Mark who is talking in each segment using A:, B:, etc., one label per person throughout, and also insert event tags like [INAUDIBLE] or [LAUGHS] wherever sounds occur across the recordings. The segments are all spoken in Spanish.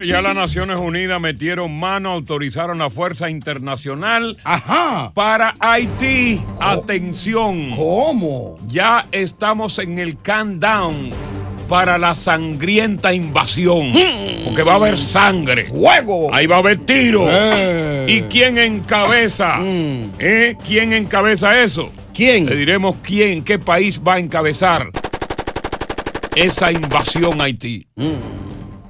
A: Ya las Naciones Unidas metieron mano, autorizaron la fuerza internacional
B: Ajá.
A: para Haití. Atención,
B: ¿Cómo?
A: ya estamos en el countdown para la sangrienta invasión, porque va a haber sangre.
B: ¡Fuego!
A: Ahí va a haber tiro.
B: Eh.
A: ¿Y quién encabeza?
B: Mm.
A: ¿Eh? ¿Quién encabeza eso? Te
B: ¿Quién?
A: diremos quién, qué país va a encabezar esa invasión a Haití.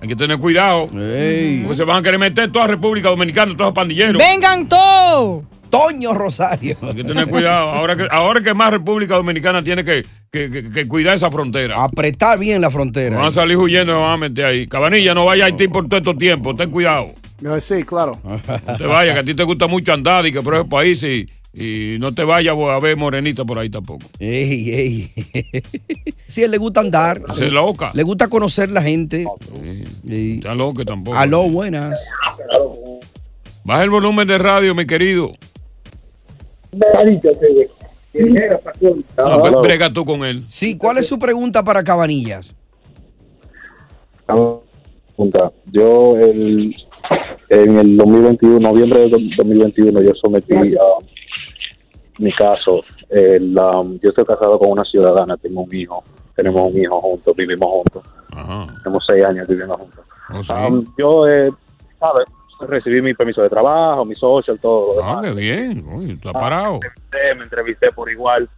A: Hay que tener cuidado.
B: Mm. Ey.
A: Porque se van a querer meter toda República Dominicana, todos los pandilleros.
C: Vengan todos.
B: Toño Rosario.
A: Hay que tener
B: [LAUGHS]
A: cuidado. Ahora que, ahora que más República Dominicana tiene que, que- que- que cuidar esa frontera.
B: Apretar bien la frontera.
A: Van a salir huyendo y van a meter ahí. Cabanilla, no vaya a Haití por todo estos tiempos. Ten cuidado.
D: Sí,
A: [LAUGHS]
D: claro.
A: No te vayas, que a ti te gusta mucho andar y que por ese país y, y no te vayas a ver morenita por ahí tampoco.
B: Ey, [LAUGHS] ey. sí, a él le gusta andar.
A: Se es loca.
B: Le gusta conocer la gente. Y-
A: Está loca tampoco.
B: Aló, buenas.
A: Baja el volumen de radio, mi querido. No, pues brega tú con él.
B: Sí, ¿cuál es su pregunta para Cabanillas?
D: Pregunta. Yo el, en el 2021, noviembre del 2021, yo sometí um, mi caso. El, um, yo estoy casado con una ciudadana, tengo un hijo, tenemos un hijo juntos, vivimos juntos,
A: Ajá.
D: tenemos seis años viviendo juntos.
A: Oh, sí.
D: Um, yo, eh, ¿sabes? Recibí mi permiso de trabajo, mi social, todo. lo
A: Ah,
D: demás.
A: qué bien. Oye, está parado.
D: Me entrevisté, me entrevisté por igual.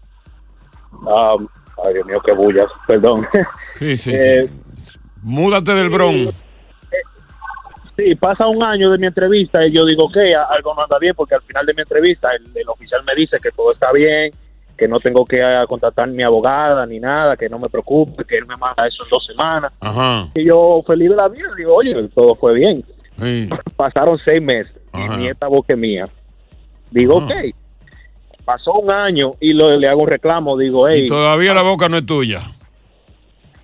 D: Um, ay, Dios mío, qué bullas, perdón. [LAUGHS]
A: Sí, sí,
D: Eh,
A: sí. Múdate del Bronx.
D: Sí, pasa un año de mi entrevista y yo digo, ok, a- algo no anda bien, porque al final de mi entrevista el, el oficial me dice que todo está bien, que no tengo que eh, contratar ni abogada ni nada, que no me preocupe, que él Ah, me manda eso en dos semanas.
A: Ajá.
D: Y yo feliz de la vida, digo, oye, todo fue bien.
A: Sí.
D: Pasaron seis meses
A: Ajá.
D: y ni esta boca es mía. Digo,
A: Ajá.
D: ok, pasó un año y lo- le hago un reclamo, digo, hey,
A: Y todavía la boca no es tuya.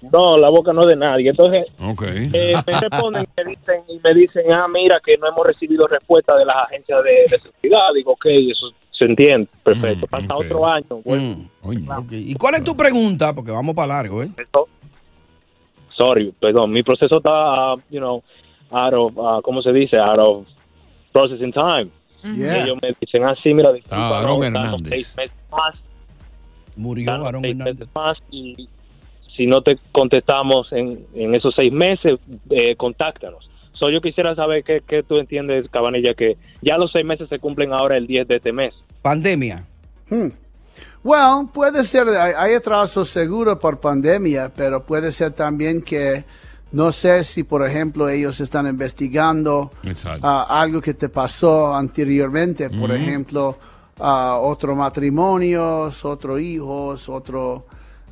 D: no, la boca no es de nadie. Entonces
A: Ok.
D: Eh, me responden y me dicen, y me dicen, ah, mira, que no hemos recibido respuesta de las agencias de, de seguridad. Digo, ok, eso se entiende, perfecto.
A: Mm,
D: Pasa
A: ok.
D: otro año. bueno,
B: Mm,
A: Oye,
B: ok. ¿Y cuál es tu pregunta? Porque vamos para largo, ¿eh?
D: esto- sorry, perdón, mi proceso está, ah, you know, out of, ah, ¿cómo se dice? Out of processing time. Y
C: Yeah.
D: ellos me dicen, ah, sí, mira, disculpa,
A: Aaron
D: no, danos
A: Hernández.
D: seis meses más,
B: Murió
D: danos
B: Aarón
D: seis
B: Hernández.
D: meses más y si no te contestamos en, en esos seis meses, eh, contáctanos. So, yo quisiera saber qué, qué tú entiendes, Cabanilla, que ya los seis meses se cumplen ahora el 10 de este mes.
B: Pandemia.
D: Bueno, Hmm. puede ser, hay, hay atraso seguro por pandemia, pero puede ser también que no sé si, por ejemplo, ellos están investigando
A: Exacto.
D: ah, algo que te pasó anteriormente, por ejemplo,
E: ah, otros matrimonios, otros hijos, otros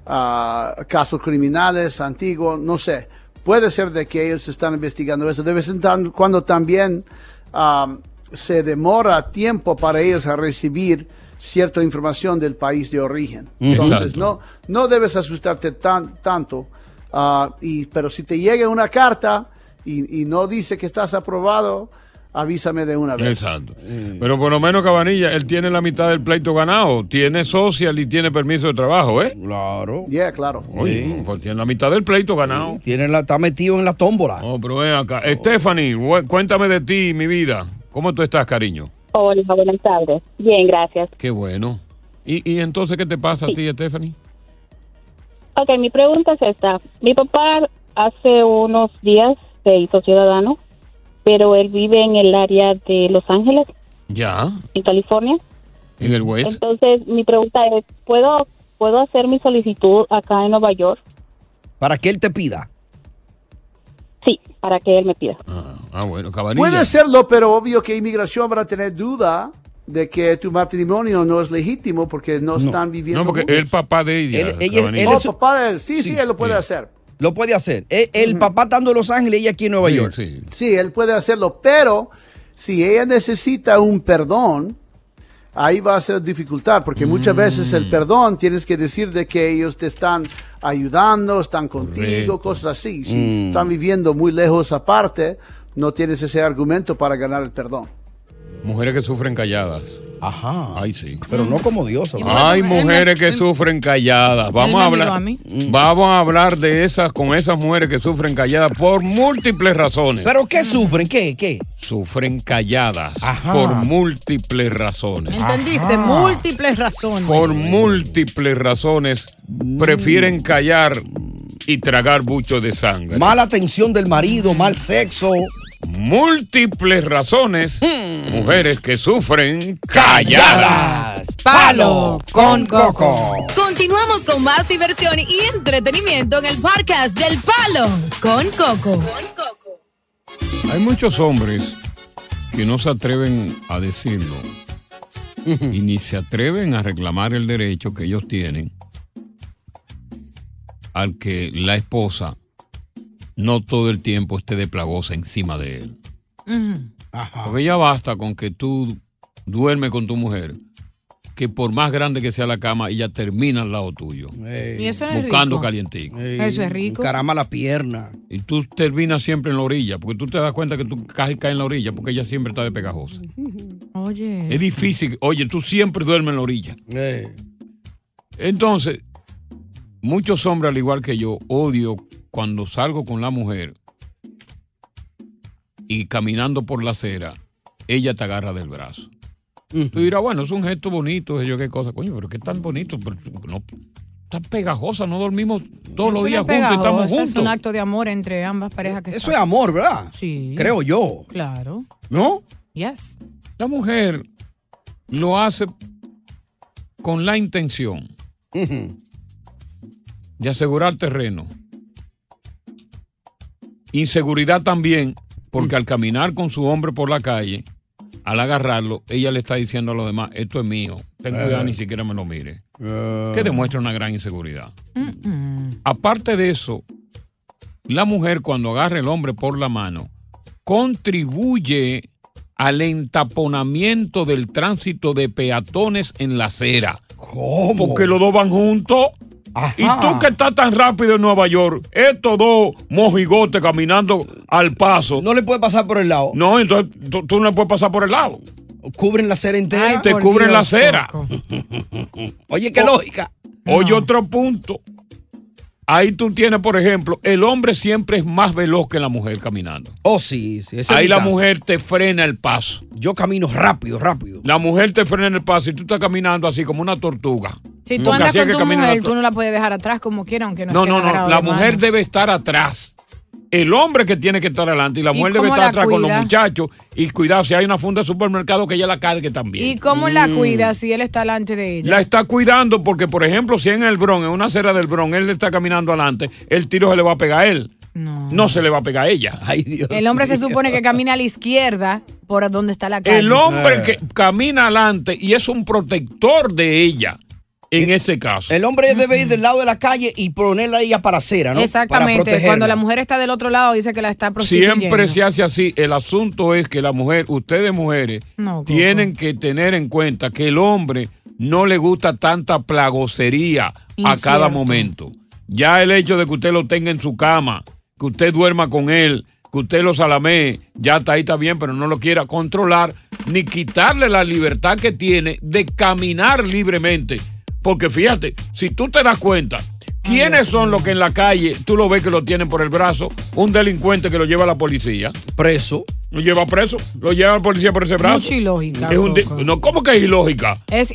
E: ah, casos criminales antiguos, no sé. Puede ser de que ellos están investigando eso. De vez en tan- cuando también ah, se demora tiempo para ellos a recibir cierta información del país de origen. Entonces,
A: Exacto.
E: no, no debes asustarte tan, tanto. ah, y, pero si te llega una carta y, y no dice que estás aprobado, avísame de una vez.
A: Exacto. Pero por lo menos Cabanilla, él tiene la mitad del pleito ganado. Tiene social y tiene permiso de trabajo, ¿eh?
B: Claro.
E: Yeah, claro.
A: Oye, no, pues tiene la mitad del pleito ganado.
B: Tiene la, está metido en la tómbola.
A: No, pero ven acá. Stephanie, bu- cuéntame de ti, mi vida. ¿Cómo tú estás, cariño?
F: Hola, buenas tardes. Bien, gracias.
A: Qué bueno. ¿Y, y entonces qué te pasa a ti, Stephanie?
F: Ok, mi pregunta es esta. Mi papá hace unos días se hizo ciudadano, pero él vive en el área de Los Ángeles,
A: Ya,
F: en California.
A: en el
B: Pues.
A: West.
F: Entonces, mi pregunta es, ¿puedo, ¿puedo hacer mi solicitud acá en Nueva York?
B: Para que él te pida.
F: Sí, para que él me pida.
A: Ah, bueno, Cabanilla.
E: Puede serlo, pero obvio que inmigración va a tener duda de que tu matrimonio no es legítimo porque no, están viviendo.
A: No, porque
E: juntos.
A: el papá de ella.
B: Él- ella-
A: Cabanilla.
B: él
E: Oh,
B: es-
E: papá de él. Sí, sí,
B: Sí,
E: él lo puede
B: sí.
E: hacer.
B: Lo puede hacer. El, el papá estando en Los Ángeles y ella aquí en Nueva York.
E: Sí, él puede hacerlo, pero si ella necesita un perdón, ahí va a ser dificultad, porque muchas veces el perdón tienes que decir de que ellos te están ayudando, están contigo, cosas así. Si
B: Mm.
E: están viviendo muy lejos aparte, no tienes ese argumento para ganar el perdón.
A: Mujeres que sufren calladas.
B: Ajá.
A: Ay, sí.
B: Pero no como Dios. ¿no?
A: Hay mujeres que sufren calladas. Vamos a
B: me miró
A: hablar.
B: a mí.
A: Vamos a hablar de esas con esas mujeres que sufren calladas por múltiples razones.
B: ¿Pero qué sufren? ¿Qué? ¿Qué?
A: Sufren calladas por múltiples razones.
C: ¿Me entendiste? Múltiples razones.
A: Por
B: Pues
A: múltiples razones
B: Mm.
A: prefieren callar y tragar bucho de sangre.
B: Mala atención del marido, mal sexo.
A: Múltiples razones, mujeres que sufren calladas.
C: Palo
B: con coco.
C: Continuamos con más diversión y entretenimiento en el podcast del Palo con Coco.
A: Hay muchos hombres que no se atreven a decirlo y ni se atreven a reclamar el derecho que ellos tienen al que la esposa no todo el tiempo esté de plagosa encima de él. Porque ya basta con que tú duermes con tu mujer, que por más grande que sea la cama, ella termina al lado tuyo,
B: Ey.
G: Y eso no es
A: buscando
G: rico.
A: calientico.
G: Eso es rico.
B: Caramba la pierna.
A: Y tú terminas siempre en la orilla, porque tú te das cuenta que tú casi caes en la orilla, porque ella siempre está de pegajosa.
G: Oye.
A: Es difícil. Oye, tú siempre duermes en la orilla. Entonces, muchos hombres, al igual que yo, odio cuando salgo con la mujer y caminando por la acera, ella te agarra del brazo. Tú dirás, bueno, es un gesto bonito, yo qué cosa, coño, pero qué tan bonito, pero tú- no, tan pegajosa, no dormimos todos los
G: Eso no
A: días
G: es
A: juntos,
G: pegajoso,
A: estamos
G: Es un
A: juntos.
G: acto de amor entre ambas parejas que
B: Eso
G: están.
B: es amor, ¿verdad?
G: Sí.
B: Creo yo.
G: Claro.
B: ¿No?
G: Yes.
A: La mujer lo hace con la intención de asegurar terreno. Inseguridad también, porque
B: Mm.
A: al caminar con su hombre por la calle, al agarrarlo, ella le está diciendo a los demás, esto es mío, ten
B: Eh.
A: cuidado, ni siquiera me lo mire.
B: Eh.
A: Que demuestra una gran inseguridad. Aparte de eso, la mujer cuando agarra el hombre por la mano, contribuye al entaponamiento del tránsito de peatones en la acera.
B: ¿Cómo?
A: Porque los dos van juntos. Y tú que estás tan rápido en Nueva York, estos dos mojigotes caminando al paso.
B: No le puede pasar por el lado.
A: No, entonces tú, tú no le puedes pasar por el lado.
B: Cubren la acera entera.
A: Ah, Te cubren la acera.
B: Oye, qué
A: O-
B: lógica.
A: Oye, otro punto. Ahí tú tienes, por ejemplo, el hombre siempre es más veloz que la mujer caminando.
B: Oh, sí, sí. ese es
A: Ahí
B: mi
A: la
B: caso.
A: mujer te frena el paso.
B: Yo camino rápido, rápido.
A: La mujer te frena el paso y tú estás caminando así como una tortuga.
G: Si tú
A: Porque
G: andas
A: así es
G: con
A: que
G: tu
A: camina la
G: mujer,
A: tor-
G: tú no la puedes dejar atrás como quiera, aunque no
A: No,
G: esté
A: no, no.
G: agarrado
A: La
G: de
A: mujer
G: manos.
A: debe estar atrás. El hombre que tiene que estar adelante y la
G: ¿Y
A: mujer debe
G: cómo
A: estar
G: la
A: atrás con los
G: cuida?
A: muchachos. Y cuidado, si hay una funda de supermercado que ella la cargue también. Mm.
G: ¿Y cómo
B: Mm.
G: la cuida si él está delante de ella?
A: La está cuidando porque, por ejemplo, si en el Bron, en una acera del Bron, él está caminando adelante, el tiro se le va a pegar a él. No. se le va a pegar a ella. [LAUGHS]
B: Ay, Dios.
G: El hombre se supone que camina a la izquierda por dónde está la calle.
A: El
B: Eh. Ah.
A: hombre que camina adelante y es un protector de ella en ese caso.
B: El hombre debe ir del lado de la calle y ponerla a ella para acera, ¿no? Para
G: Exactamente.
B: protegerla.
G: Cuando la mujer está del otro lado, dice que la está prostituyendo.
A: Siempre se hace así. El asunto es que la mujer, ustedes mujeres,
G: No, Coco.
A: tienen que tener en cuenta que el hombre no le gusta tanta plagocería a
G: Incierto.
A: cada momento. Ya el hecho de que usted lo tenga en su cama, que usted duerma con él, que usted lo salamee, ya está ahí, está bien, pero no lo quiera controlar ni quitarle la libertad que tiene de caminar libremente. Porque fíjate, si tú te das cuenta, ¿quiénes son los que en la calle tú lo ves que lo tienen por el brazo? Un delincuente que lo lleva a la policía. Preso. Lo lleva preso, lo lleva a la policía por ese brazo.
G: Mucho ilógica,
A: Es un de- no, ¿Cómo que es ilógica?
G: Es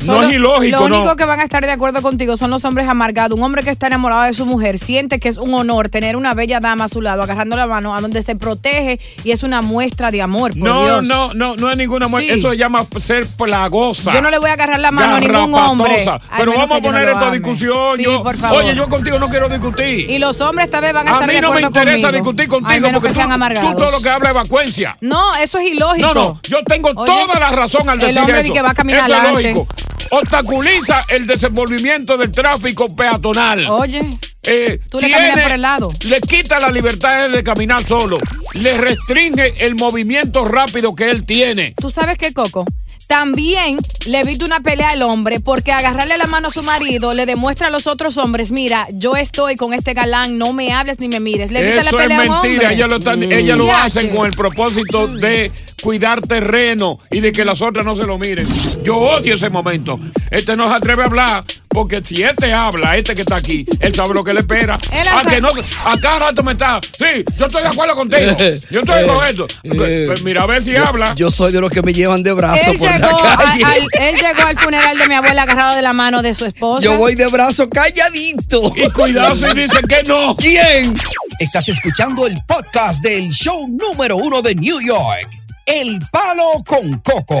A: No
G: Solo,
A: es ilógico,
G: Lo
A: no.
G: único que van a estar de acuerdo contigo son los hombres amargados. Un hombre que está enamorado de su mujer siente que es un honor tener una bella dama a su lado, agarrando la mano, a donde se protege y es una muestra de amor. por
A: No,
G: Dios.
A: no, no, no es ninguna muerte.
G: Sí.
A: Eso se llama ser plagosa.
G: Yo no le voy a agarrar la mano a ningún
A: Garrapatosa.
G: hombre. Al
A: Pero
G: menos
A: vamos a
G: que yo no
A: poner
G: lo
A: esta
G: ame.
A: discusión.
G: Sí,
A: yo-
G: por favor.
A: Oye, yo contigo no quiero discutir.
G: Y los hombres esta vez van a
A: a
G: estar
A: mí
G: de
A: no me
G: acuerdo
A: interesa
G: conmigo.
A: discutir
G: Al
A: contigo
G: menos
A: porque tú,
G: que sean amargados.
A: tú todo lo que hablas es vacuencia.
G: No, eso es ilógico.
A: No, no, yo tengo
G: Oye,
A: toda la razón al
G: el
A: decir
G: hombre
A: eso.
G: que va a caminar
A: Eso es
G: adelante.
A: lógico. Obstaculiza el desenvolvimiento del tráfico peatonal.
G: Oye,
A: Eh,
G: tú le caminas
A: tiene-
G: por el lado.
A: Le quita la libertad de caminar solo. Le restringe el movimiento rápido que él tiene.
G: ¿Tú sabes qué, Coco? También le evita una pelea al hombre porque agarrarle la mano a su marido le demuestra a los otros hombres, mira, yo estoy con este galán, no me hables ni me mires. Le evita la
A: Eso es
G: pelea a un
A: mentira,
G: hombre.
A: ella lo, están- ella lo
G: Yache.
A: hacen con el propósito de cuidar terreno y de que las otras no se lo miren. Yo odio ese momento. Este no se atreve a hablar, porque si este habla, este que está aquí, él sabe lo que le espera.
G: Él
A: A
G: hace-
A: que no, a cada rato me está, sí, yo estoy de acuerdo contigo,
B: [LAUGHS]
A: yo estoy con esto. Pues- pues mira, a ver si
B: Eh, Yo-
A: habla.
B: Yo soy de los que me llevan de brazo
G: Él
B: por
G: llegó,
B: la
G: a-
B: calle.
G: al, él llegó al funeral de mi abuela agarrado de la mano de su esposa.
B: Yo voy de brazo calladito.
A: Y cuidado si dicen que no.
B: ¿Quién?
H: Estás escuchando el podcast del show número uno de New York, El Palo con Coco.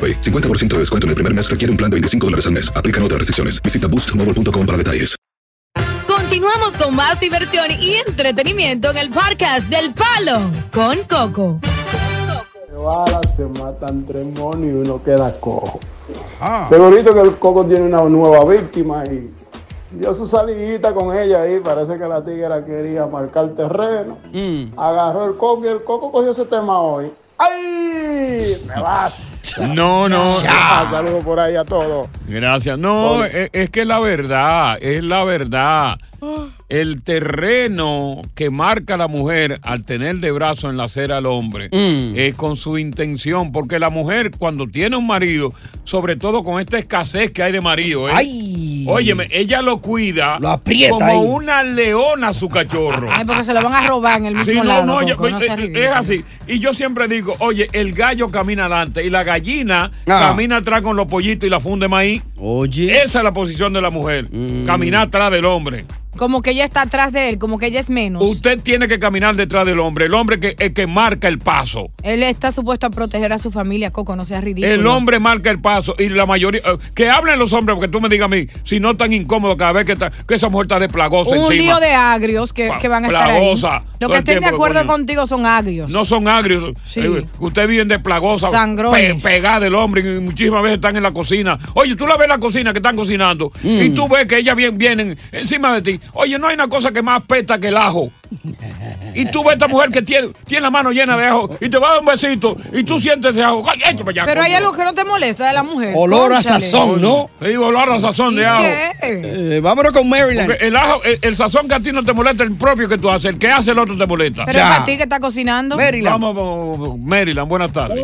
I: 50% de descuento en el primer mes requiere un plan de 25 dólares al mes. Aplican otras restricciones. Visita boostmobile.com para detalles.
C: Continuamos con más diversión y entretenimiento en el podcast del Palo con Coco.
J: se matan tres monos y uno queda cojo. Segurito que el coco tiene una nueva víctima y dio su salidita con ella ahí. Parece que la tigra quería marcar terreno. Agarró el coco y el coco cogió ese tema hoy. ¡Ay! ¡Me vas!
A: No, no.
J: Ah, Saludos por ahí a todos.
A: Gracias. No, es, es que la verdad, es la verdad. El terreno que marca la mujer al tener de brazo en la acera al hombre
B: Mm.
A: es con su intención, porque la mujer cuando tiene un marido, sobre todo con esta escasez que hay de marido, ¿eh? Óyeme, ella lo cuida
B: aprieta
A: como
B: ahí.
A: una leona a su cachorro.
G: Ay, porque se lo van a robar en el
A: Sí,
G: mismo
A: no,
G: lado.
A: no, yo-
G: Coco, no
A: eh,
G: seas
A: eh,
G: ridículo.
A: es así. Y yo siempre digo, oye, el gallo camina adelante y la gallina
B: Ah.
A: camina atrás
B: Mm.
A: con los pollitos y la funda de maíz. Oye. Esa es la posición de la mujer. Caminar atrás del hombre.
G: Como que ella está atrás de él, como que ella es menos.
A: Usted tiene que caminar detrás del hombre, el hombre que, el que marca el paso.
G: Él está supuesto a proteger a su familia, Coco, no seas ridículo.
A: El hombre marca el paso y la mayoría. eh, Que hablen los hombres, porque tú me digas a mí, si no tan incómodo cada vez que, está- que esa mujer está de plagosa
G: Un
A: encima.
G: lío de agrios que,
A: Pa-
G: que van a estar
A: plagosa,
G: ahí. Los
A: todo
G: que
A: el
G: estén de
A: tiempo que
G: acuerdo
A: coño.
G: contigo son agrios.
A: No son agrios.
G: Sí.
A: Eh, Ustedes viven de plagosa,
G: Sangrones.
A: pegada del hombre y muchísimas veces están en la cocina. Oye, tú la ves en la cocina que están cocinando y
G: Mm.
A: tú ves que ellas bien, vienen encima de ti. Oye, no hay una cosa que más peta que el ajo. Y tú ves a esta mujer que tiene, tiene la mano llena de ajo y te va a dar un besito y tú sientes ese ajo. Ay, échame ya,
G: Pero hay
A: coño.
G: algo que no te molesta de la mujer.
B: Olor a
G: Cónchale.
B: sazón, ¿no?
A: Le digo olor a sazón de ajo.
B: Eh, vámonos con Maryland.
A: Porque el ajo, el, el sazón que a ti no te molesta, el propio que tú haces, el que hace el otro te molesta.
G: Pero es para ti que está cocinando.
A: Vamos, vamos, vamos, Maryland, buenas tardes.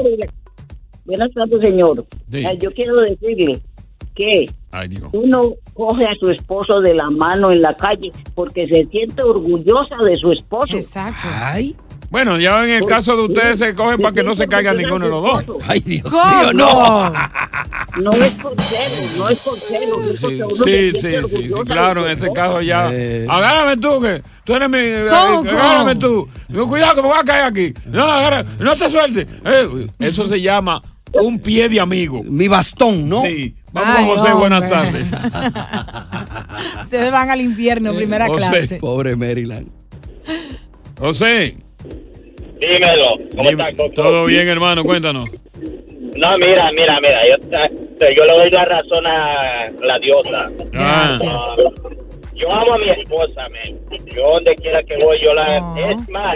K: Buenas tardes, señor.
A: Sí.
K: Eh, Yo quiero decirle que
A: Ay, Dios.
K: uno coge a su esposo de la mano en la calle porque se siente orgullosa de su esposo.
G: Exacto.
A: Bueno, ya en el caso de ustedes se cogen para que no se caiga ninguno de los dos.
B: Ay, Dios
K: mío, no.
A: No
L: [LAUGHS]
A: es por no es por Sí,
K: uno
A: sí,
K: se
A: sí,
K: siente
A: sí, sí, claro, en este caso ya. Agárrame tú, que tú eres mi. eh,
K: ¿Cómo,
A: Agárrame tú. No, Cuidado, que me voy a caer aquí. No, agarra- no te sueltes. Eh, eso se llama un pie de amigo.
B: Mi bastón, ¿no?
A: Sí. Vamos,
G: Ay,
A: José, buenas
G: hombre.
A: tardes.
G: [LAUGHS] Ustedes van al infierno, primera
A: José.
G: clase.
B: Pobre Maryland.
A: José,
M: Dímelo, ¿cómo
A: dime,
M: estás, Coco?
A: todo bien, hermano, cuéntanos.
M: No, mira, mira, mira, yo, te- yo le doy la razón a la diosa.
A: Ah.
M: Yo amo a mi esposa, men. Yo donde quiera que voy, yo la... Es más,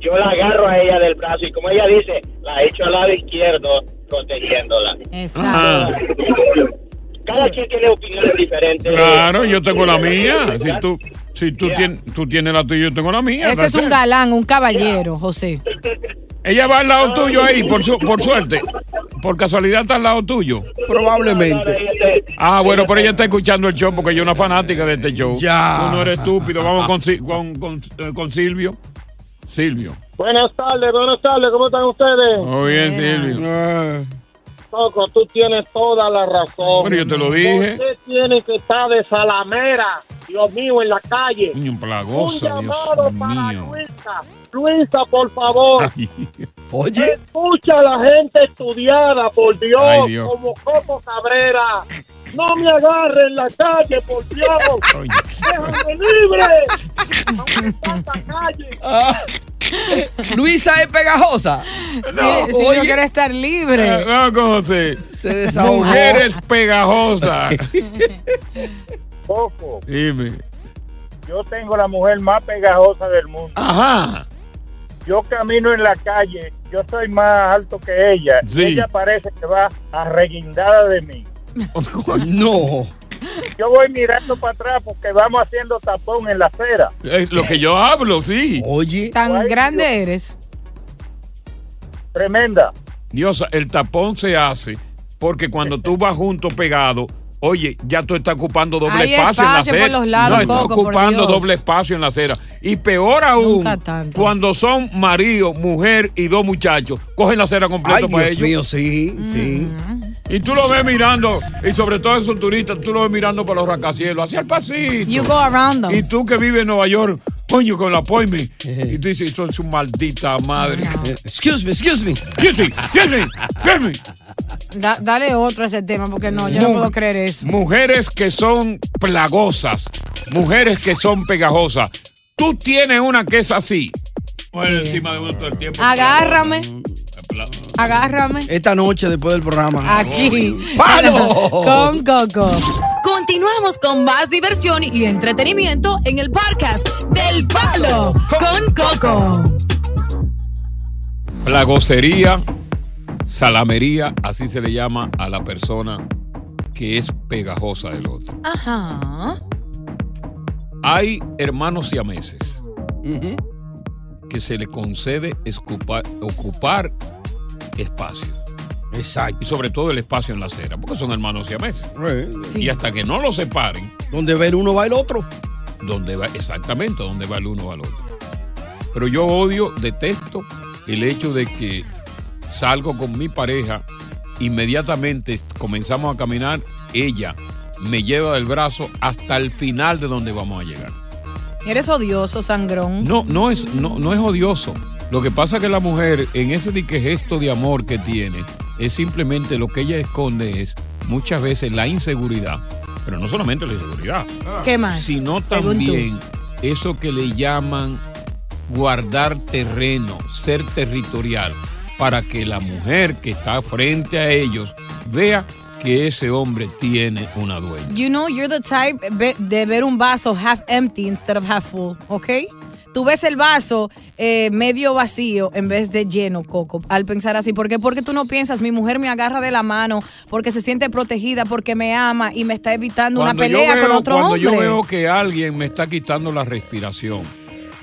M: yo la agarro a ella del brazo y como ella dice, la echo al lado izquierdo protegiéndola.
A: Ah,
M: Cada quien tiene opiniones diferentes.
A: claro, yo tengo la mía. Si tú, si tú, tien- tú tienes la tuya, yo tengo la mía.
G: Ese es un
A: Gracias.
G: galán, un caballero, José.
A: Ella va al lado tuyo ahí, por, su- por suerte. Por casualidad está al lado tuyo.
B: Probablemente.
A: Ah, bueno, pero ella está escuchando el show porque ella es una fanática de este show.
B: Ya.
A: Tú no eres estúpido. Vamos con, Si- con, con, eh, con Silvio. Silvio.
N: Buenas tardes, buenas tardes, ¿cómo están ustedes?
A: Muy bien,
B: Eh.
A: Silvio.
N: Coco, tú tienes toda la razón.
A: Bueno, yo te lo dije.
N: Usted tiene que estar de salamera, Dios mío, en la calle.
A: Niño, un plagosa,
N: Un
A: Dios
N: llamado
A: mío.
N: Luisa, Luisa, por favor.
A: [LAUGHS] Ay,
B: Oye.
N: Escucha a la gente estudiada, por Dios,
A: Ay, Dios.
N: como Coco Cabrera. No me agarre en la calle, por Dios. ¡Déjame libre!
G: [LAUGHS]
B: Ah. Luisa es pegajosa.
G: si si
B: Oye.
G: yo quiero estar libre.
A: Vamos con José.
B: Se desahogó.
A: Mujeres
B: [LAUGHS]
A: pegajosas.
N: Coco,
A: Dime.
N: yo tengo la mujer más pegajosa del mundo.
A: Ajá.
N: Yo camino en la calle, yo soy más alto que ella.
A: Sí.
N: Ella parece que va arreguindada de mí.
B: No.
N: Yo voy mirando para atrás porque vamos haciendo tapón en la acera.
A: Es lo que yo hablo, sí.
B: Oye.
G: Tan grande eres.
N: Tremenda.
A: Diosa, el tapón se hace porque cuando tú vas junto pegado, oye, ya tú estás ocupando doble
G: Hay
A: espacio, en la
G: espacio por
A: acera.
G: los lados,
A: no, estás
G: Coco, por
A: ocupando
G: Dios.
A: doble espacio en la acera. Y peor aún, cuando son marido, mujer y dos muchachos, cogen la acera completa
B: Ay,
A: para
B: Dios
A: ellos.
B: mío, sí,
G: Mm.
B: sí.
A: Y tú lo ves mirando, y sobre todo esos turistas, tú lo ves mirando para los racacielos, hacia el pasito.
G: You go around them.
A: Y tú que vives en Nueva York, coño, con la poime. Y tú dices, son su maldita madre. [LAUGHS]
B: Excuse me, excuse me.
A: Excuse me, excuse me, excuse me.
G: Da- dale otro a ese tema porque no, yo no
A: Mu-
G: puedo creer eso.
A: Mujeres que son plagosas, mujeres que son pegajosas. Tú tienes una que es así. Mujer encima de uno todo el tiempo.
G: Agárrame. Agárrame.
B: Esta noche después del programa.
G: Aquí.
B: ¡Palo!
G: Con Coco.
C: Continuamos con más diversión y entretenimiento en el podcast del Palo con Coco.
A: Plagocería, salamería, así se le llama a la persona que es pegajosa del otro.
C: Ajá.
A: Hay hermanos siameses que se le concede escupa- ocupar espacio.
B: Exacto.
A: Y sobre todo el espacio en la acera, porque son hermanos siameses. Y hasta que no los separen,
B: Donde ver uno va el otro.
A: donde va, exactamente donde va el uno al otro. Pero yo odio, detesto el hecho de que salgo con mi pareja, inmediatamente comenzamos a caminar, ella me lleva del brazo hasta el final de donde vamos a llegar.
G: Eres odioso, sangrón.
A: No, no es, no, no es odioso. Lo que pasa es que la mujer, en ese di que gesto de amor que tiene, es simplemente lo que ella esconde es muchas veces la inseguridad. Pero no solamente la inseguridad.
G: ¿Qué más?
A: Sino
G: Según tú.
A: también eso que le llaman guardar terreno, ser territorial, para que la mujer que está frente a ellos vea que ese hombre tiene una dueña.
G: You know, you're the type ve- de ver un vaso half empty instead of half full, ¿ok? Tú ves el vaso eh, medio vacío en vez de lleno, Coco, al pensar así. ¿Por qué? Porque tú no piensas, mi mujer me agarra de la mano porque se siente protegida, porque me ama y me está evitando una
A: Cuando yo
G: pelea
A: veo-
G: con otro
A: cuando
G: hombre.
A: yo veo que alguien me está quitando la respiración,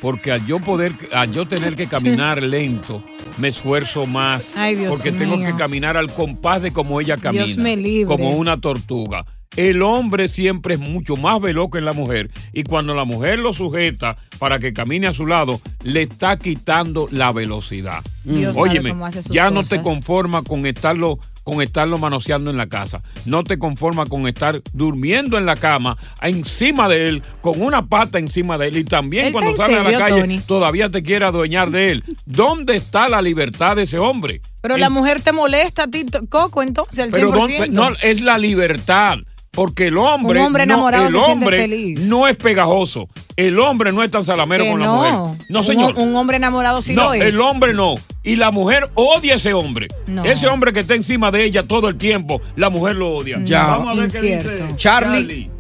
A: porque al yo poder, al yo tener que
G: [LAUGHS]
A: caminar lento, me esfuerzo más,
G: Ay, Dios
A: porque tengo
G: mío.
A: que caminar al compás de como ella camina,
G: Dios me libre.
A: como una tortuga. El hombre siempre es mucho más veloz que la mujer y cuando la mujer lo sujeta para que camine a su lado, le está quitando la velocidad.
G: Dios sabe
A: Óyeme,
G: cómo hace sus
A: ya no
G: cosas.
A: te conforma con estarlo con estarlo manoseando en la casa. No te conforma con estar durmiendo en la cama, encima de él, con una pata encima de él. Y también
G: Él
A: cuando
G: está en
A: sale a la
G: serio,
A: calle,
G: Tony.
A: todavía te quiere adueñar de él. ¿Dónde está la libertad de ese hombre?
G: Pero la mujer te molesta a ti, t- Coco, entonces, al 100%.
A: Pero ¿dónde- no, es la libertad. Porque el hombre,
G: Un hombre
A: no,
G: enamorado
A: el
G: se siente
A: hombre
G: feliz.
A: no es pegajoso. El hombre no es tan salamero
G: Que
A: con la
G: no.
A: mujer. No,
G: Un-
A: señor
G: Un, hombre enamorado sí
A: no,
G: lo es.
A: el hombre no. Y la mujer odia a ese hombre.
G: No.
A: Ese hombre que está encima de ella todo el tiempo, la mujer lo odia.
G: Ya.
A: Vamos a ver qué
G: Mm, Incierto.
A: dice
G: Charlie.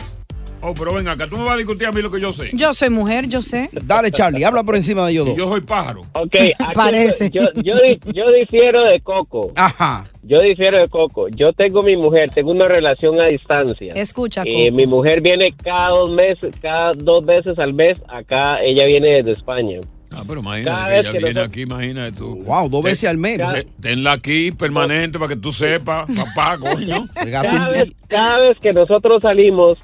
A: Oh, pero ven acá, tú me vas a discutir a mí lo que yo sé.
G: Yo soy mujer, yo sé.
B: Dale, Charlie, habla por encima de ellos dos.
A: Yo soy pájaro.
G: [LAUGHS]
B: Ok,
A: aquí- Parece.
O: Yo, yo, di- yo difiero de Coco.
B: Ajá.
O: Yo difiero de Coco. Yo tengo mi mujer, tengo una relación a distancia.
G: Escucha,
O: Eh,
G: Coco.
O: mi mujer viene cada dos meses, cada dos veces al mes. Acá ella viene desde España.
A: Ah, pero
O: Cada
A: imagínate que
O: vez
A: ella
O: que
A: viene
O: nosotros-
A: aquí, imagínate tú.
B: Wow, dos veces al mes.
A: te- Tenla aquí permanente para que tú sepas, papá, coño.
O: Cada vez, cada vez que nosotros salimos,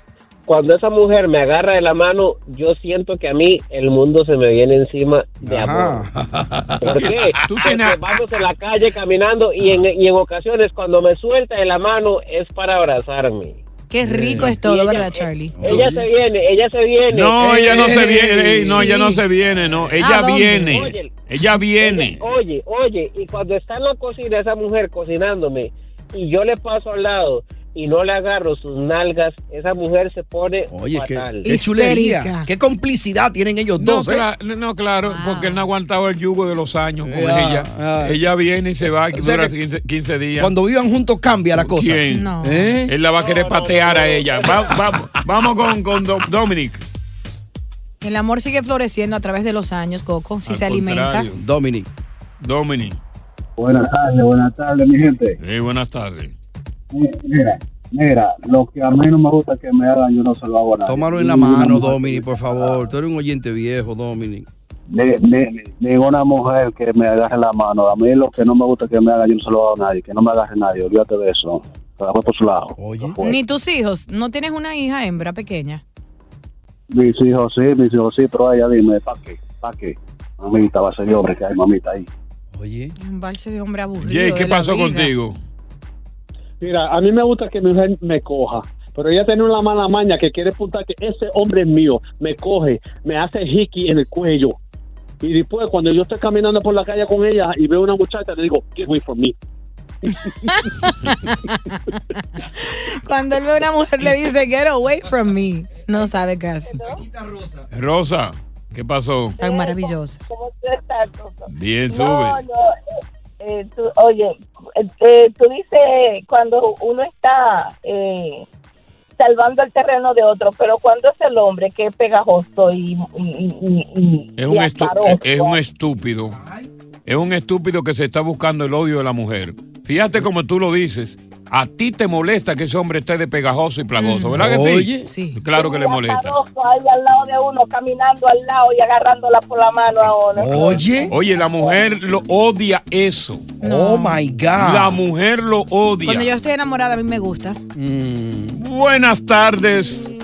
O: cuando esa mujer me agarra de la mano, yo siento que a mí el mundo se me viene encima de amor. ¿Por qué? Porque vamos en la calle caminando y en, y en ocasiones cuando me suelta de la mano es para abrazarme.
G: Qué rico es todo, ¿verdad, Charlie?
O: Ella se viene, ella se viene.
A: No, ella no se viene, ey, no,
O: Sí.
A: ella no se viene, no,
O: ¿A
G: Ah,
A: ella
O: dónde?
A: viene.
O: Oye.
A: ella viene.
O: Oye, oye, y cuando está en la cocina esa mujer cocinándome y yo le paso al lado y no le agarro sus nalgas, esa mujer se pone
B: Oye, qué,
O: fatal.
B: qué chulería. Qué complicidad tienen ellos
A: No,
B: dos. ¿eh?
A: cla- no, claro,
G: Ah.
A: porque él no aguantaba el yugo de los años como
B: Ah,
A: ella.
B: ah.
A: Ella viene y se va,
B: sea
A: dura
B: que
A: 15, 15 días.
B: Cuando vivan juntos cambia la cosa.
A: ¿Quién?
B: No. ¿Eh?
A: Él la va a querer patear a ella. Va- va- vamos con, con Do- Dominic.
G: El amor sigue floreciendo a través de los años, Coco, si
A: Al
G: se alimenta.
A: contrario.
B: Dominic.
A: Dominic.
P: Buenas tardes, buenas tardes, mi gente.
A: Sí, buenas tardes.
P: Mira, mira, lo que a mí no me gusta que me hagan, yo no se lo hago a nadie.
B: Tómalo en la
P: Ni una
B: mano,
P: mujer-
B: Dominic, por favor. Tú eres un oyente viejo, Dominic.
P: ni- ni- Ninguna mujer que me agarre la mano. A mí lo que no me gusta que me hagan, yo no se lo hago a nadie. Que no me agarre nadie, olvídate de eso. Cada cual por su lado. Oye.
O: Pues-
G: Ni tus hijos. No tienes una hija hembra pequeña.
P: Mis hijos sí, mis hijos sí, pero ella dime, ¿para qué? ¿Para qué? Mamita, va a ser el hombre que hay, mamita ahí.
G: Un balse de hombre aburrido.
P: Jay, ¿qué
G: de la
P: pasó
G: vida.
P: contigo?
Q: Mira, a mí me gusta que mi mujer me coja, pero ella tiene una mala maña que quiere apuntar que ese hombre es mío, me coge, me hace hickey en el cuello. Y después, cuando yo estoy caminando por la calle con ella y veo una muchacha, le digo, get away from me.
G: Cuando él ve a una mujer le dice, get away from me. No sabe casi.
A: Rosa, ¿qué pasó?
G: Tan maravillosa.
L: ¿Cómo tú estás, Coco?
A: Bien,
L: No,
A: sube.
L: no, eh, eh, tú- oye, eh, eh, tú dices cuando uno está eh, salvando el terreno de otro, pero cuando es el hombre que es pegajoso y, y- y- y-
A: Es un,
L: y
A: estu-
L: azaroso?
A: es un estúpido. Es un estúpido que se está buscando el odio de la mujer. Fíjate como tú lo dices. A ti te molesta que ese hombre esté de pegajoso y plagoso, ¿verdad que sí?
L: Oye.
A: Claro que le molesta.
L: Azaroso ahí al lado de uno, caminando al lado y agarrándola por la mano a uno.
A: Oh, Oye. Oye, la mujer lo odia eso. Oh my God. La mujer lo odia.
G: Cuando yo estoy enamorada, a mí me gusta.
A: Buenas tardes.